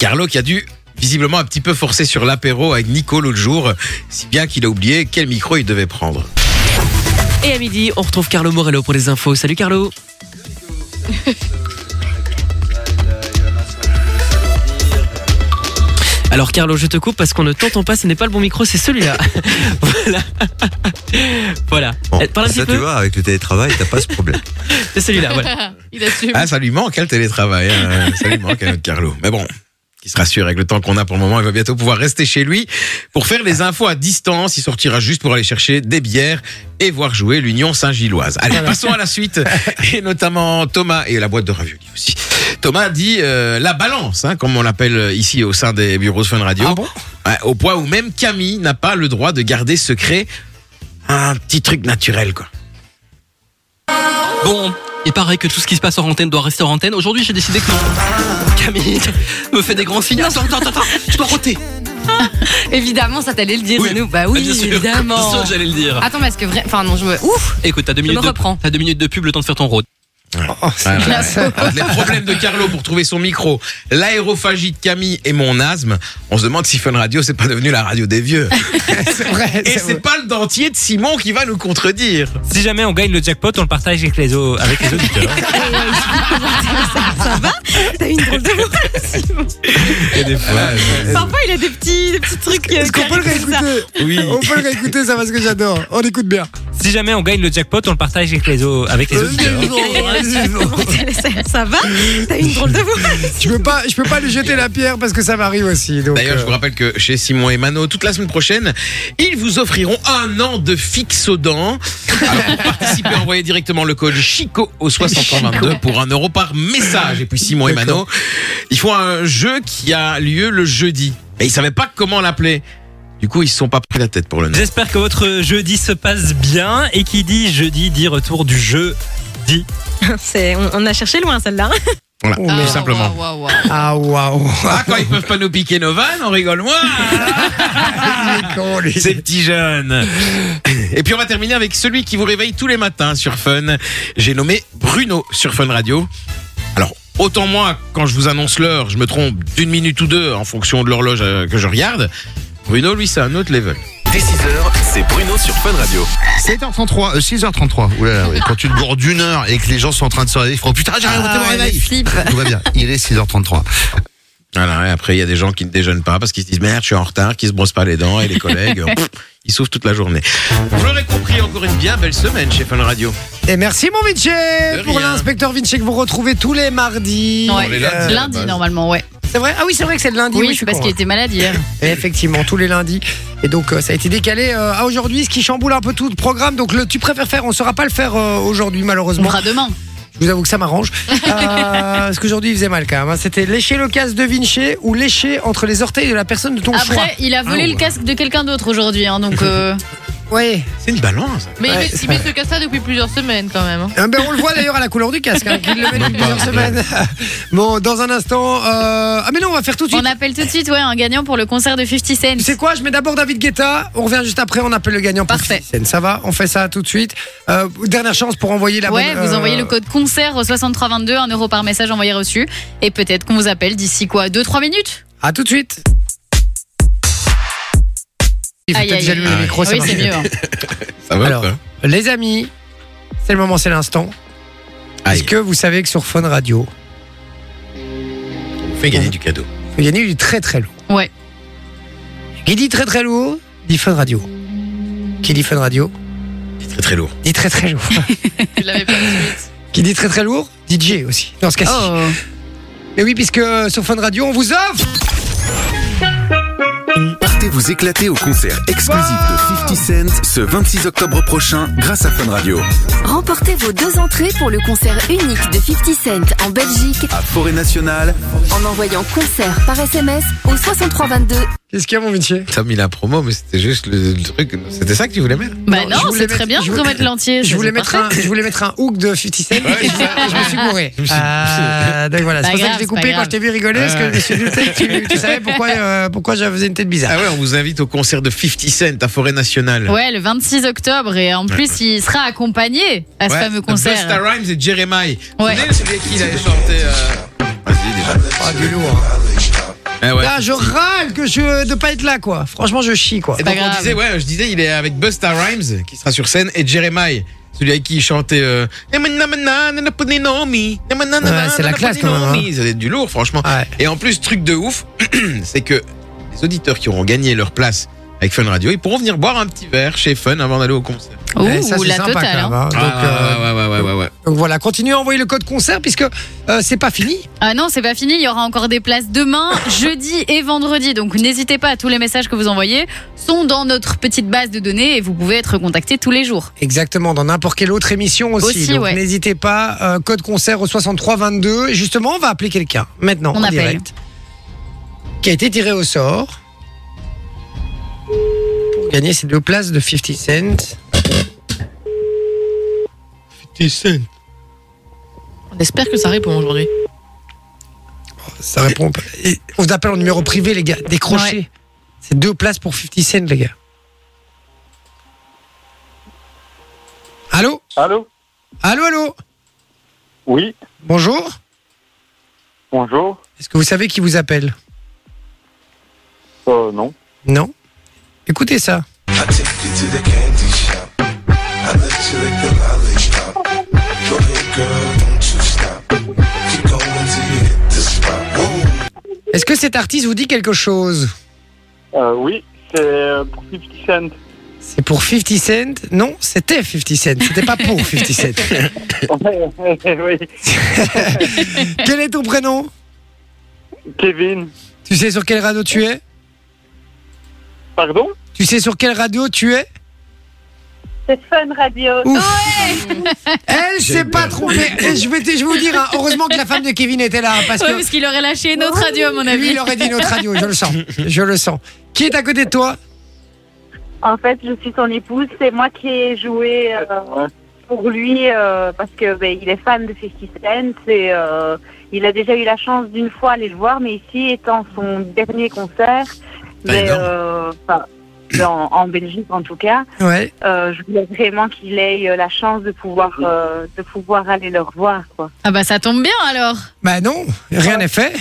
Carlo qui a dû visiblement un petit peu forcer sur l'apéro avec Nico l'autre jour, si bien qu'il a oublié quel micro il devait prendre.
Et à midi, on retrouve Carlo Morello pour les infos. Salut Carlo. Alors Carlo, je te coupe parce qu'on ne t'entend pas, ce n'est pas le bon micro, c'est celui-là. voilà. voilà.
bon,
Eh, Parle un petit
ça, tu
peu.
vois, avec le télétravail, t'as pas ce problème.
C'est celui-là, voilà.
Il assume.
Ah, ça lui manque hein, le télétravail. hein. Ça lui manque hein, notre Carlo. Mais bon, qui se rassure avec le temps qu'on a pour le moment, il va bientôt pouvoir rester chez lui pour faire les infos à distance. Il sortira juste pour aller chercher des bières et voir jouer l'Union Saint-Gilloise. Allez, passons à la suite et notamment Thomas et la boîte de ravioli aussi. Thomas dit euh, la balance, hein, comme on l'appelle ici au sein des bureaux de Fun Radio,
Ah bon
Ouais, au point où même Camille n'a pas le droit de garder secret un petit truc naturel quoi.
Bon, il paraît que tout ce qui se passe en antenne doit rester en antenne. Aujourd'hui, j'ai décidé que non. Camille me fait des grands signes. Attends, attends, attends, attends, je dois roter.
Évidemment, ça t'allait le dire,
Oui.
Zanou. Bah oui,
bien sûr. Bien
évidemment.
sûr que j'allais le
Ah.
dire.
Attends, parce que vrai. Enfin, non, je me. Ouf
Écoute, t'as deux
Je
minutes.
me
de-
reprends.
T'as deux minutes de pub, le temps de faire ton road.
Oh, c'est
Voilà,
classe.
Ah, bah, ouais. Entre les problèmes de Carlo pour trouver son micro, l'aérophagie de Camille et mon asthme, on se demande si Fun Radio, c'est pas devenu la radio des vieux.
C'est vrai,
Et
c'est
c'est
vrai.
pas le dentier de Simon qui va nous contredire.
Si jamais on gagne le jackpot, on le partage avec les, avec les auditeurs.
T'as une drôle de voix, Simon. Parfois, il a des petits, des petits trucs.
Euh,
euh,
Est-ce qu'on peut le réécouter
Oui.
On peut le réécouter, ça, parce que j'adore. On écoute bien.
si jamais on gagne le jackpot, on le partage avec les, avec
Ça va T'as une drôle de voix.
Je peux pas, je peux pas lui jeter la pierre parce que ça m'arrive aussi. donc,
D'ailleurs, je vous
euh,
rappelle que chez Simon et Mano, toute la semaine prochaine, ils vous offriront un an de fixe aux dents. Alors, pour participer, envoyez directement le code Chico au 6322 pour un euro par message. Et puis, Simon et Mano, ils font un jeu qui a lieu le jeudi. Et ils savaient pas comment l'appeler. Du coup, ils se sont pas pris la tête pour le nom.
J'espère que votre jeudi se passe bien et qui dit jeudi dit retour du jeu.
C'est- On, on a cherché loin, celle-là.
Voilà,
Ah,
Oh, merde.
tout simplement.
waouh, waouh.
Ah, waouh.
Ah, quand ils peuvent pas nous piquer nos vannes, on rigole moins.
Il est con, lui.
Ces petits jeunes. Et puis on va terminer avec celui qui vous réveille tous les matins sur Fun. J'ai nommé Bruno sur Fun Radio. Alors, autant moi, quand je vous annonce l'heure, je me trompe d'une minute ou deux en fonction de l'horloge euh, que je regarde. Bruno, lui, c'est un autre level.
Dès 6h, c'est Bruno sur Fun Radio.
7h33, 6h33. Quand tu te bourres d'une heure et que les gens sont en train de se réveiller, ils feront putain, j'ai arrêté mon réveil. Tout va bien. Il est 6h33.
Voilà, et après, il y a des gens qui ne déjeunent pas parce qu'ils se disent merde, je suis en retard, qui se brossent pas les dents et les collègues, euh, pff, ils souffrent toute la journée. Vous l'aurez compris, encore une bien belle semaine chez Fun Radio.
Et merci, mon Vinci, pour
rien.
l'inspecteur Vinci que vous retrouvez tous les mardis. Euh,
Ouais.
On est
Euh,
lundi.
Bah,
Lundi, normalement, ouais.
C'est vrai Ah oui, c'est vrai que c'est le lundi.
Oui,
je suis
parce
con,
qu'il était malade hier.
Et effectivement, tous les lundis. Et donc, euh, ça a été décalé euh, à aujourd'hui, ce qui chamboule un peu tout le programme. Donc, le tu préfères faire, on ne saura pas le faire euh, aujourd'hui,
On
malheureusement.
fera demain.
Je vous avoue que ça m'arrange. Euh, parce qu'aujourd'hui, il faisait mal quand même. hein. C'était lécher le casque de Vinci ou lécher entre les orteils de la personne de ton choix.
Après, il a volé
Ah,
le
ouais.
casque de quelqu'un d'autre aujourd'hui, hein, donc euh,
Oui.
C'est une balance.
Mais
Ouais,
il met-
c'est
il met ce casse-là depuis plusieurs semaines quand même. hein.
Ah ben, on le voit d'ailleurs à la couleur du casque, hein, qu'il le met depuis plusieurs semaines. Bon, dans un instant. euh, Ah, mais non, on va faire tout de suite.
on appelle tout de suite ouais, un gagnant pour le concert de 50
Tu
Cent.
sais quoi Je mets d'abord David Guetta. On revient juste après. On appelle le gagnant. pour
Parfait.
Fifty Cent. Ça va On fait ça tout de suite. Euh, dernière chance pour envoyer la
Ouais,
bonne,
vous
euh,
envoyez le code concert au 6322, 1 euro par message envoyé reçu. Et peut-être qu'on vous appelle d'ici quoi 2-3 minutes
À tout de suite. Il faut
Aïe,
peut-être
aïe,
déjà allumer
aïe.
le micro, ça
Oui,
marche
c'est
mieux.
mieux. hein.
Ça va
Alors,
ou pas
Les amis, c'est le moment, c'est l'instant.
Aïe.
Est-ce que vous savez que sur Fun Radio,
Fais gagner du cadeau.
Faut gagner du très très lourd.
Ouais.
Qui dit très très lourd, dit Fun Radio. Qui dit Fun Radio,
Très très lourd.
dit très très lourd.
Tu l'avais pas tout de suite.
Qui dit très très lourd, dit DJ aussi. Dans ce cas-ci.
Oh.
Mais oui, puisque euh, sur Fun Radio, on vous offre.
Partez vous éclater au concert exclusif de 50 Cent ce 26 octobre prochain grâce à Fun Radio.
Remportez vos deux entrées pour le concert unique de 50 Cent en Belgique
À Forêt Nationale,
en envoyant concert par SMS au 6322.
Qu'est-ce qu'il y a, mon métier
T'as mis la promo, mais c'était juste le, le truc. C'était ça que tu voulais mettre
Bah
je
non,
voulais
c'est
mettre-
très bien
je
de
voulais-
remettre l'entier.
Je
ça,
voulais,
c'est
mettre
parfait.
un, je voulais mettre un hook de 50 Cent et je me suis gouré.
Je me suis-
Ah, donc voilà, c'est
Pas
pour ça que je
grave,
l'ai
pas
coupé quand
grave.
je t'ai vu rigoler, parce que je me suis dit, peut-être que tu, tu savais pourquoi, euh, pourquoi je faisais une tête bizarre.
Ah ouais, on vous invite au concert de 50 Cent à Forêt Nationale.
Ouais, le 26 octobre. Et en plus, il sera accompagné à ce
Ouais,
fameux
de Busta
concert.
Rhymes et Jeremiah.
Ouais.
Vous savez celui qui il avait chanté. euh, Vas-y déjà.
Ah, du lourd. hein.
Ah ouais.
Là, je râle que je, de pas être là, quoi. Franchement, je chie, quoi.
Et
pas
donc on
grave.
disait, ouais, je disais, il est avec Busta Rhymes qui sera sur scène et Jeremiah. Celui avec qui il chantait. euh,
Ouais, c'est la classe, quand même, hein.
Ça va être du lourd, franchement.
Ouais.
Et en plus, truc de ouf, c'est que les auditeurs qui auront gagné leur place avec Fun Radio, ils pourront venir boire un petit verre chez Fun avant d'aller au concert.
Ouh,
Ouais, Eh, ça, c'est
la
sympa,
totale.
quand même,
hein.
hein. Donc, euh,
Ah, ouais, ouais, ouais, ouais, ouais.
donc voilà, continuez à envoyer le code concert puisque euh, c'est pas fini.
Ah non, c'est pas fini. Il y aura encore des places demain, jeudi et vendredi. Donc n'hésitez pas. Tous les messages que vous envoyez sont dans notre petite base de données et vous pouvez être contacté tous les jours.
Exactement, dans n'importe quelle autre émission aussi.
Aussi,
donc
ouais.
n'hésitez pas, euh, code concert au 6322. Et Justement, on va appeler quelqu'un maintenant
On
en
appelle.
direct. Qui a été tiré au sort pour gagner ces deux places de 50 Cent.
On espère que ça répond aujourd'hui.
Ça répond pas. Et on vous appelle en numéro privé, les gars. Décrochez. C'est deux places pour 50 Cent, les gars. Allô
Allô
Allô, allô
Oui,
Bonjour
bonjour.
Est-ce que vous savez qui vous appelle
Euh, non.
Non Écoutez ça. Est-ce que cet artiste vous dit quelque chose
Euh, oui, c'est euh, pour 50 Cent.
C'est pour 50 Cent Non, c'était 50 Cent. C'était pas pour 50 Cent.
oui,
Quel est ton prénom
Kevin.
Tu sais sur quelle radio tu es
Pardon
Tu sais sur quelle radio tu es
C'est Fun Radio.
Ouf. Elle
J'ai
s'est
eu
pas
peur.
trompée. Et je vais, te- je vais vous dire, hein, heureusement que la femme de Kevin était là, hein, parce
Ouais,
que
parce qu'il aurait lâché une autre radio à mon
lui,
avis.
il aurait dit notre radio. Je le sens. Je le sens. Qui est à côté de toi
En fait, je suis son épouse. C'est moi qui ai joué euh, pour lui euh, parce que ben, il est fan de 50 Cent et euh, il a déjà eu la chance d'une fois aller le voir, mais ici étant son dernier concert,
Pas
mais,
énorme.
euh, enfin, dans- en Belgique en tout cas,
Ouais.
euh, je voulais vraiment qu'il ait euh, la chance de pouvoir euh, de pouvoir aller le revoir quoi.
Ah bah ça tombe bien alors.
Bah non, rien n'est fait.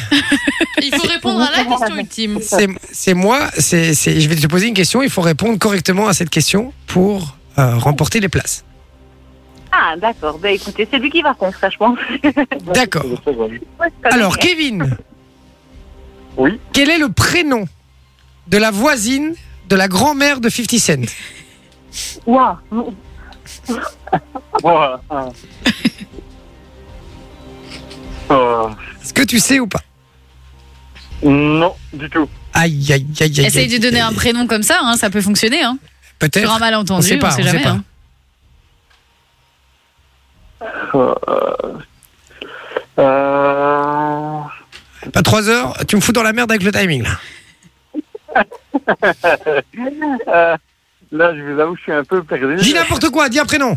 Il faut répondre à la question
Mm.
ultime.
C'est- C'est moi. C'est, c'est- je vais te poser une question. Il faut répondre correctement à cette question pour euh, remporter les places.
Ah d'accord. Ben écoutez, c'est lui qui va faire ça, je pense.
D'accord. Alors, Kevin.
Oui.
Quel est le prénom de la voisine de la grand-mère de 50 Cent
Waouh.
Moi, euh, euh,
Est-ce que tu sais ou pas
non, du tout.
Aïe, aïe, aïe, aïe.
Essaye de
aïe,
donner
aïe.
un prénom comme ça, hein, ça peut fonctionner. Hein. Sur un
Peut-être.
malentendu, on
sait
sait,
pas, on sait
jamais.
pas.
hein.
Euh, euh,
Pas 3 heures. Tu me fous dans la merde avec le timing là.
euh, là, je vous avoue, je suis un peu perdu.
Dis n'importe quoi. Dis un prénom.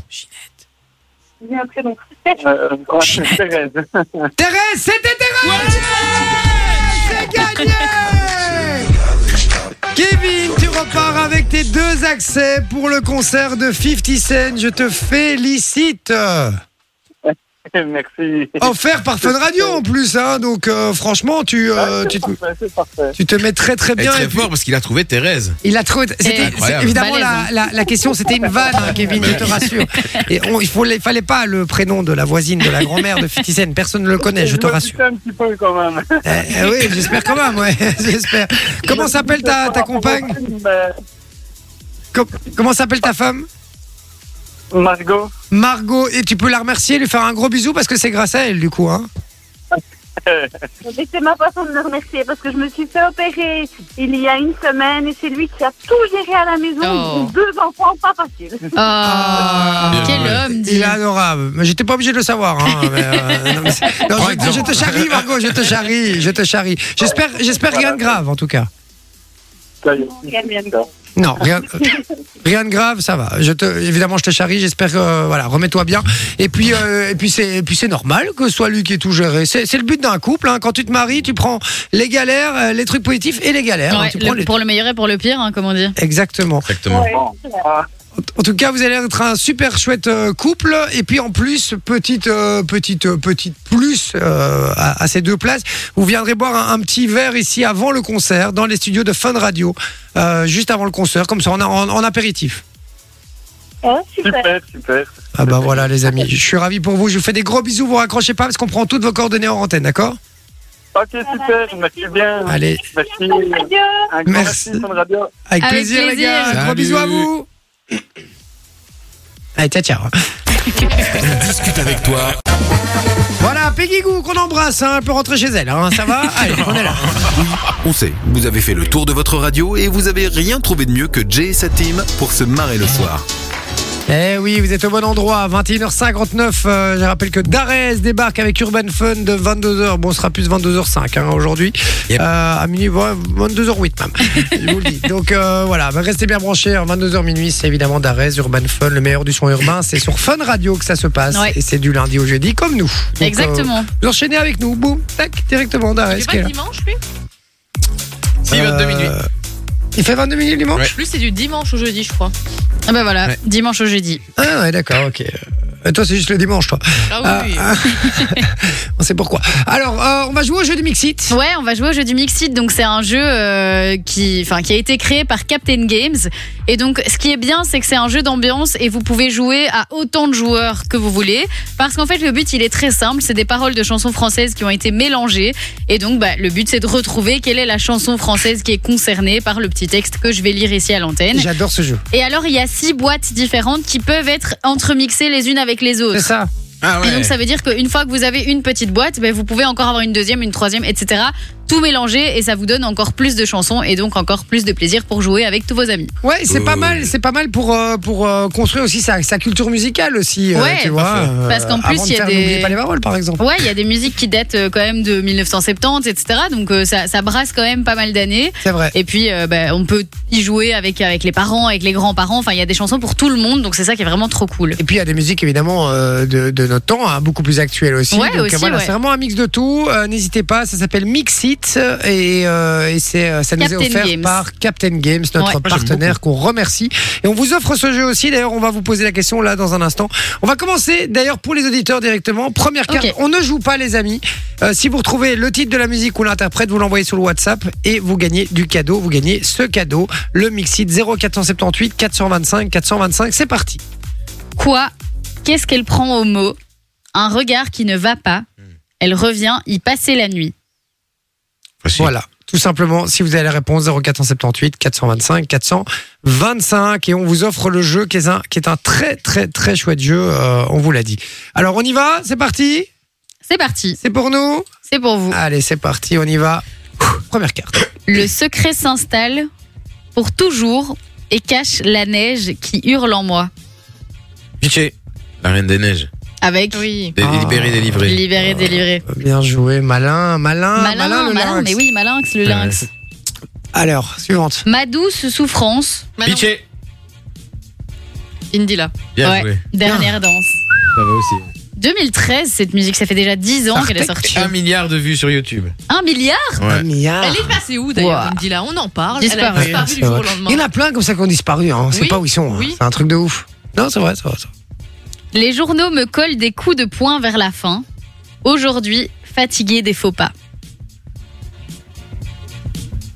Il y a un prénom.
Euh, ouais, c'est Thérèse.
Thérèse, c'était Thérèse C'est gagné Kevin, tu repars avec tes deux accès pour le concert de 50 Cent. Je te félicite.
Merci.
Offert par Fun Radio en plus, hein, donc euh, franchement, tu, euh, tu, te, tu te mets très très
Et
bien.
très
Et puis,
fort parce qu'il a trouvé Thérèse.
il a trouvé. C'était
Incroyable.
c'est- évidemment la,
Balèze,
la, la question, c'était une vanne, hein, Kevin, je te rassure. Et on, il faut- il fallait pas le prénom de la voisine, de la grand-mère de Fitizen. Personne ne le connaît, je te
me
rassure.
doutais un petit peu quand même.
Eh, eh oui, j'espère quand même. Ouais, j'espère. Comment s'appelle ta, ta compagne Com- Comment s'appelle ta femme
Margot.
Margot, et tu peux la remercier, lui faire un gros bisou parce que c'est grâce à elle du coup. Hein.
Mais c'est ma façon de le remercier parce que je me suis fait opérer il y a une semaine et c'est lui qui a tout géré à la maison.
Oh.
J'ai Deux enfants, pas facile.
Ah,
quel homme, dis.
Il est adorable. Mais j'étais pas obligé de le savoir. hein, mais, euh, non, mais c'est- non,
Par
je,
exemple.
je te charrie, Margot, je te charrie, je te charrie. J'espère, j'espère rien de grave en tout cas. Non, rien, rien de grave, ça va. Je te, évidemment, je te charrie. J'espère que euh, voilà, remets-toi bien. Et puis, euh, et puis c'est, et puis c'est normal que ce soit lui qui ait tout géré. C'est, c'est le but d'un couple. hein. Quand tu te maries, tu prends les galères, euh, les trucs positifs et les galères. hein.
Ouais,
Tu
le-
prends les-
Pour le meilleur et pour le pire, hein, comme on dit.
Exactement.
Exactement.
En tout cas, vous allez être un super chouette euh, couple. Et puis en plus, petite, euh, petite, euh, petite plus euh, à, à ces deux places. Vous viendrez boire un, un petit verre ici avant le concert, dans les studios de Fun Radio, euh, juste avant le concert, comme ça, en, en- en apéritif.
Super, super.
Ah bah voilà, les amis, je suis ravi pour vous. Je vous fais des gros bisous. Vous raccrochez pas parce qu'on prend toutes vos coordonnées en antenne, d'accord
Ok, super, merci bien.
Allez.
Merci.
Adieu.
Un grand
Merci.
merci, Fun Radio.
Avec,
Avec
plaisir, les
plaisir.
gars. Gros
Salut.
bisous à vous. Allez, ciao, ciao.
Elle discute avec toi
Voilà, Peggy Gou qu'on embrasse. hein. Elle peut rentrer chez elle. hein. Ça va Allez, on est là.
On sait, vous avez fait le tour de votre radio et vous avez rien trouvé de mieux que Jay et sa team pour se marrer le soir.
Eh oui, vous êtes au bon endroit, 21h59. euh, je rappelle que Darès débarque avec Urban Fun de 22h. Bon, ce sera plus 22h05 hein, aujourd'hui.
Yep.
Euh, à minuit, 22h08 même. je vous le dis. Donc euh, voilà, bah, restez bien branchés. 22h minuit, c'est évidemment Darès, Urban Fun, le meilleur du son urbain. C'est sur Fun Radio que ça se passe.
Ouais.
Et c'est du lundi au jeudi, comme nous. Donc,
Exactement.
euh, vous enchaînez avec nous, boum, tac, directement Darès. qui
C'est pas
est
le
là.
dimanche, lui
Si, 22
Euh,
minutes.
Il fait 22 minutes dimanche
Ouais.
Lui, c'est du dimanche au jeudi, je crois.
Ah bah voilà,
Ouais.
dimanche au jeudi.
Ah ouais, d'accord, ok. Euh, toi, c'est juste le dimanche, toi.
Ah oui, oui.
Ah, ah. on sait pourquoi. Alors, euh, on va jouer au jeu du Mixit.
Ouais, on va jouer au jeu du Mixit. Donc c'est un jeu euh, qui, enfin, qui a été créé par Captain Games. Et donc ce qui est bien, c'est que c'est un jeu d'ambiance et vous pouvez jouer à autant de joueurs que vous voulez. Parce qu'en fait le but il est très simple, c'est des paroles de chansons françaises qui ont été mélangées. Et donc bah, le but c'est de retrouver quelle est la chanson française qui est concernée par le petit texte que je vais lire ici à l'antenne.
J'adore ce jeu.
Et alors il y a six boîtes différentes qui peuvent être entremixées les unes avec les autres.
C'est ça.
Ah
Et
ouais.
donc ça veut dire qu'une fois que vous avez une petite boîte, ben, vous pouvez encore avoir une deuxième, une troisième, etc. Tout mélanger et ça vous donne encore plus de chansons et donc encore plus de plaisir pour jouer avec tous vos amis.
Ouais, c'est pas
Cool.
mal. C'est pas mal pour euh, pour euh, construire aussi sa, sa culture musicale aussi. euh,
Ouais,
tu vois. euh,
Parce qu'en plus,
avant de
il y a
faire
des-
N'oubliez pas les paroles, par exemple.
Ouais, il y a des musiques qui datent euh, quand même de 1970, etc. Donc euh, ça, ça brasse quand même pas mal d'années.
C'est vrai.
Et puis euh, ben, on peut y jouer avec, avec les parents, avec les grands-parents. Enfin, il y a des chansons pour tout le monde, donc c'est ça qui est vraiment trop cool.
Et puis il y a des musiques évidemment euh, de, de notre temps, hein, beaucoup plus actuelles aussi.
Ouais,
Donc euh,
aussi,
voilà,
ouais.
c'est vraiment un mix de tout. Euh, N'hésitez pas, ça s'appelle Mixit et, euh, et c'est euh, ça nous
Captain
est offert
Games.
par Captain Games, notre
Ouais.
j'aime
partenaire qu'on remercie. Et on vous offre ce jeu aussi. D'ailleurs, on va vous poser la question là dans un instant. On va commencer d'ailleurs pour les auditeurs directement. Première carte,
Ok.
on ne joue pas les amis. Euh, si vous retrouvez le titre de la musique ou l'interprète, vous l'envoyez sur le WhatsApp et vous gagnez du cadeau. Vous gagnez ce cadeau, le Mixit 0478 425 425. C'est parti.
Quoi Qu'est-ce qu'elle prend au mot Un regard qui ne va pas. Elle revient y passer la nuit.
Facile.
Voilà. Tout simplement, si vous avez la réponse, 0478 425 425. Et on vous offre le jeu qui est un, qui est un très, très, très chouette jeu. euh, on vous l'a dit. Alors, on y va C'est parti
C'est parti,
C'est pour nous
c'est pour vous.
Allez, c'est parti, on y va. Ouh, Première carte.
Le secret s'installe pour toujours et cache la neige qui hurle en moi.
Pitché. La Reine des Neiges.
Avec
Oui.
Dé-
Ah.
Libéré, délivré.
libéré, délivré.
Bien joué, malin, malin, Ah, malin,
malin, malin,
le larynx.
mais oui, malinx, le lynx.
Alors, suivante.
Ma douce souffrance,
Maintenant,
Pitché.
Indy là.
Bien
Ouais.
joué.
dernière danse.
Ça va aussi. hein.
2013, cette musique, ça fait déjà 10 ans Oh, qu'elle est sortie.
Un milliard de vues sur YouTube.
Un milliard
Un milliard.
Elle est passée où d'ailleurs,
Ouah.
Indy là On en parle. Elle
Disparue.
a disparu
C'est
du jour
vrai.
au lendemain.
Il y en a plein comme ça qui ont disparu. Hein. On sait
Oui,
pas où ils sont. hein.
oui.
C'est un truc de ouf. Non, c'est vrai, c'est vrai. c'est vrai.
Les journaux me collent des coups de poing vers la fin. Aujourd'hui, fatigué des faux pas.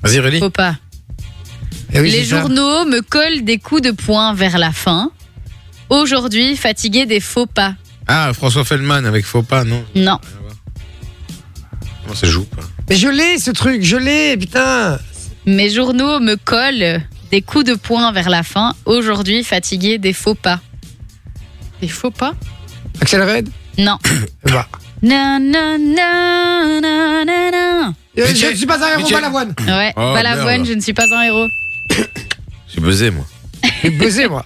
Vas-y, relis.
Faux pas.
Eh oui,
les
c'est ça.
journaux me collent des coups de poing vers la fin. Aujourd'hui, fatigué des faux pas.
Ah, François Feldman avec Faux pas, non
Non.
Comment ça se joue pas
Mais je l'ai ce truc, je l'ai, putain.
Mes journaux me collent des coups de poing vers la fin. Aujourd'hui, fatigué des faux pas. Des faux pas
Axel Red
Non.
Bah.
Na, na, na, na, na, na.
Euh,
Mais
Je
tu-
ne suis pas un
mais
héros,
tu-
Balavoine.
Ouais,
Oh,
Balavoine,
merde.
je ne suis pas un héros.
J'ai buzzé, moi.
J'ai buzzé, moi.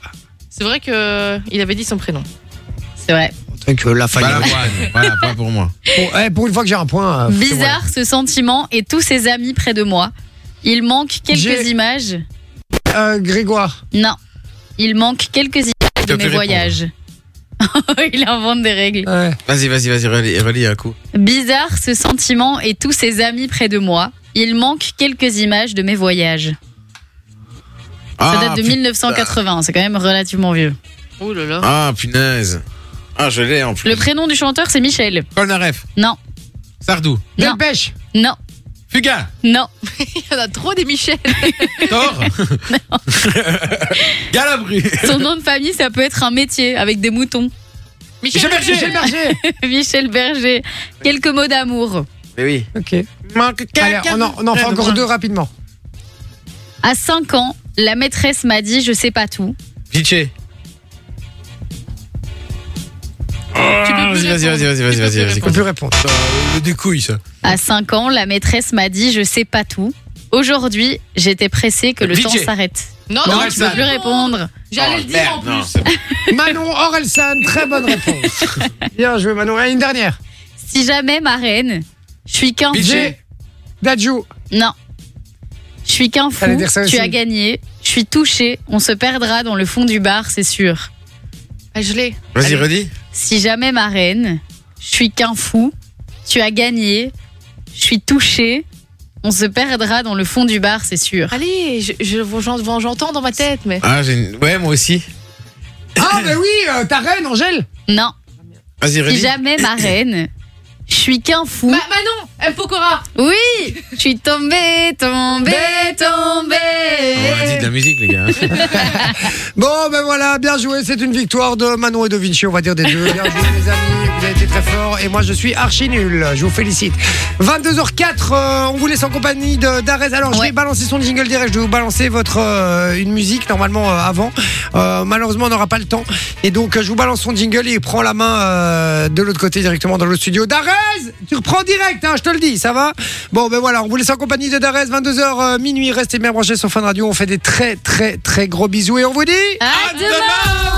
C'est vrai que euh, il avait dit son prénom.
C'est vrai.
Truc, euh, la famille.
Balavoine, voilà, pas pour moi.
Bon, eh, pour une fois que j'ai un
Ah,
point. euh, c'est moi.
Bizarre ce sentiment et tous ses amis près de moi. Il manque quelques
J'ai-
images.
Euh, Grégoire.
Non. Il manque quelques images de
t'a fait
mes
répondre.
voyages. Il invente des règles.
Ouais.
Vas-y, vas-y, vas-y, relis, relis un coup.
Bizarre ce sentiment et tous ses amis près de moi. Il manque quelques images de mes voyages. Ça
Ah,
date de
pu-
1980, c'est quand même relativement vieux.
Oh là là.
Ah, punaise. Ah, je l'ai en plus.
Le prénom du chanteur, c'est Michel.
Polnareff,
Non,
Sardou,
Non.
Dépêche.
non,
Fuga,
non,
Il y en a trop des Michel.
Thor, Galabru,
Son nom de famille, ça peut être un métier avec des moutons.
Michel Berger.
Michel Berger.
Michel Berger. Quelques mots d'amour.
Mais oui.
Ok. Allez, on en, on en fait encore deux rapidement.
À 5 ans, la maîtresse m'a dit je sais pas tout.
Pitché.
Tu peux
Vas-y,
plus
Ah, vas-y, vas-y, vas-y,
répondre. Tu peux
vas-y,
plus
vas-y.
On peut répondre.
Le des couilles, ça.
À 5 ans, la maîtresse m'a dit je sais pas tout. Aujourd'hui, j'étais pressée que le
DJ.
temps s'arrête.
Non,
Non,
non,
Orelsan.
je peux plus répondre.
Oh,
J'allais
Ah,
le dire en plus.
Manon Orelsan, très bonne réponse. Bien joué, Manon. Et une dernière.
Si jamais ma reine, je suis qu'un fou.
DJ. Dadju.
Non. Je suis qu'un fou.
Fallait dire ça
Tu
aussi.
as gagné. Je suis touché. On se perdra dans le fond du bar, c'est sûr.
Ah, je l'ai.
Vas-y,
Allez.
redis.
Si jamais ma reine, je suis qu'un fou. Tu as gagné. Je suis touché. On se perdra dans le fond du bar, c'est sûr.
Allez, je- je- j'en- j'entends dans ma tête, mais.
Ah, j'ai une... Ouais, moi aussi.
Ah, mais oui, euh, ta reine, Angèle.
Non.
Vas-y,
Si
redis.
jamais ma reine, je suis qu'un fou.
Bah, Manon, M. Pokora.
Oui, je suis tombée, tombée,
On a dit de
tombée.
la musique, les gars. hein.
Bon, ben voilà, bien joué. C'est une victoire de Manon et de Vinci, on va dire des deux. Bien joué, les amis. Vous avez été très forts. Et moi, je suis archi nul. Je vous félicite. 22h04, euh, on vous laisse en compagnie de d'Arez. Alors, je
Ouais.
vais balancer son jingle direct. Je vais vous balancer votre, euh, une musique, normalement, euh, avant. Euh, malheureusement, on n'aura pas le temps. Et donc, euh, je vous balance son jingle et il prend la main euh, de l'autre côté directement dans le studio. Darez, tu reprends direct, hein, je te le dis, ça va Bon, ben voilà, on vous laisse en compagnie de Darez. 22h euh, minuit. Restez bien branchés sur Fun Radio. On fait des très, très, très gros bisous et on vous dit.
À demain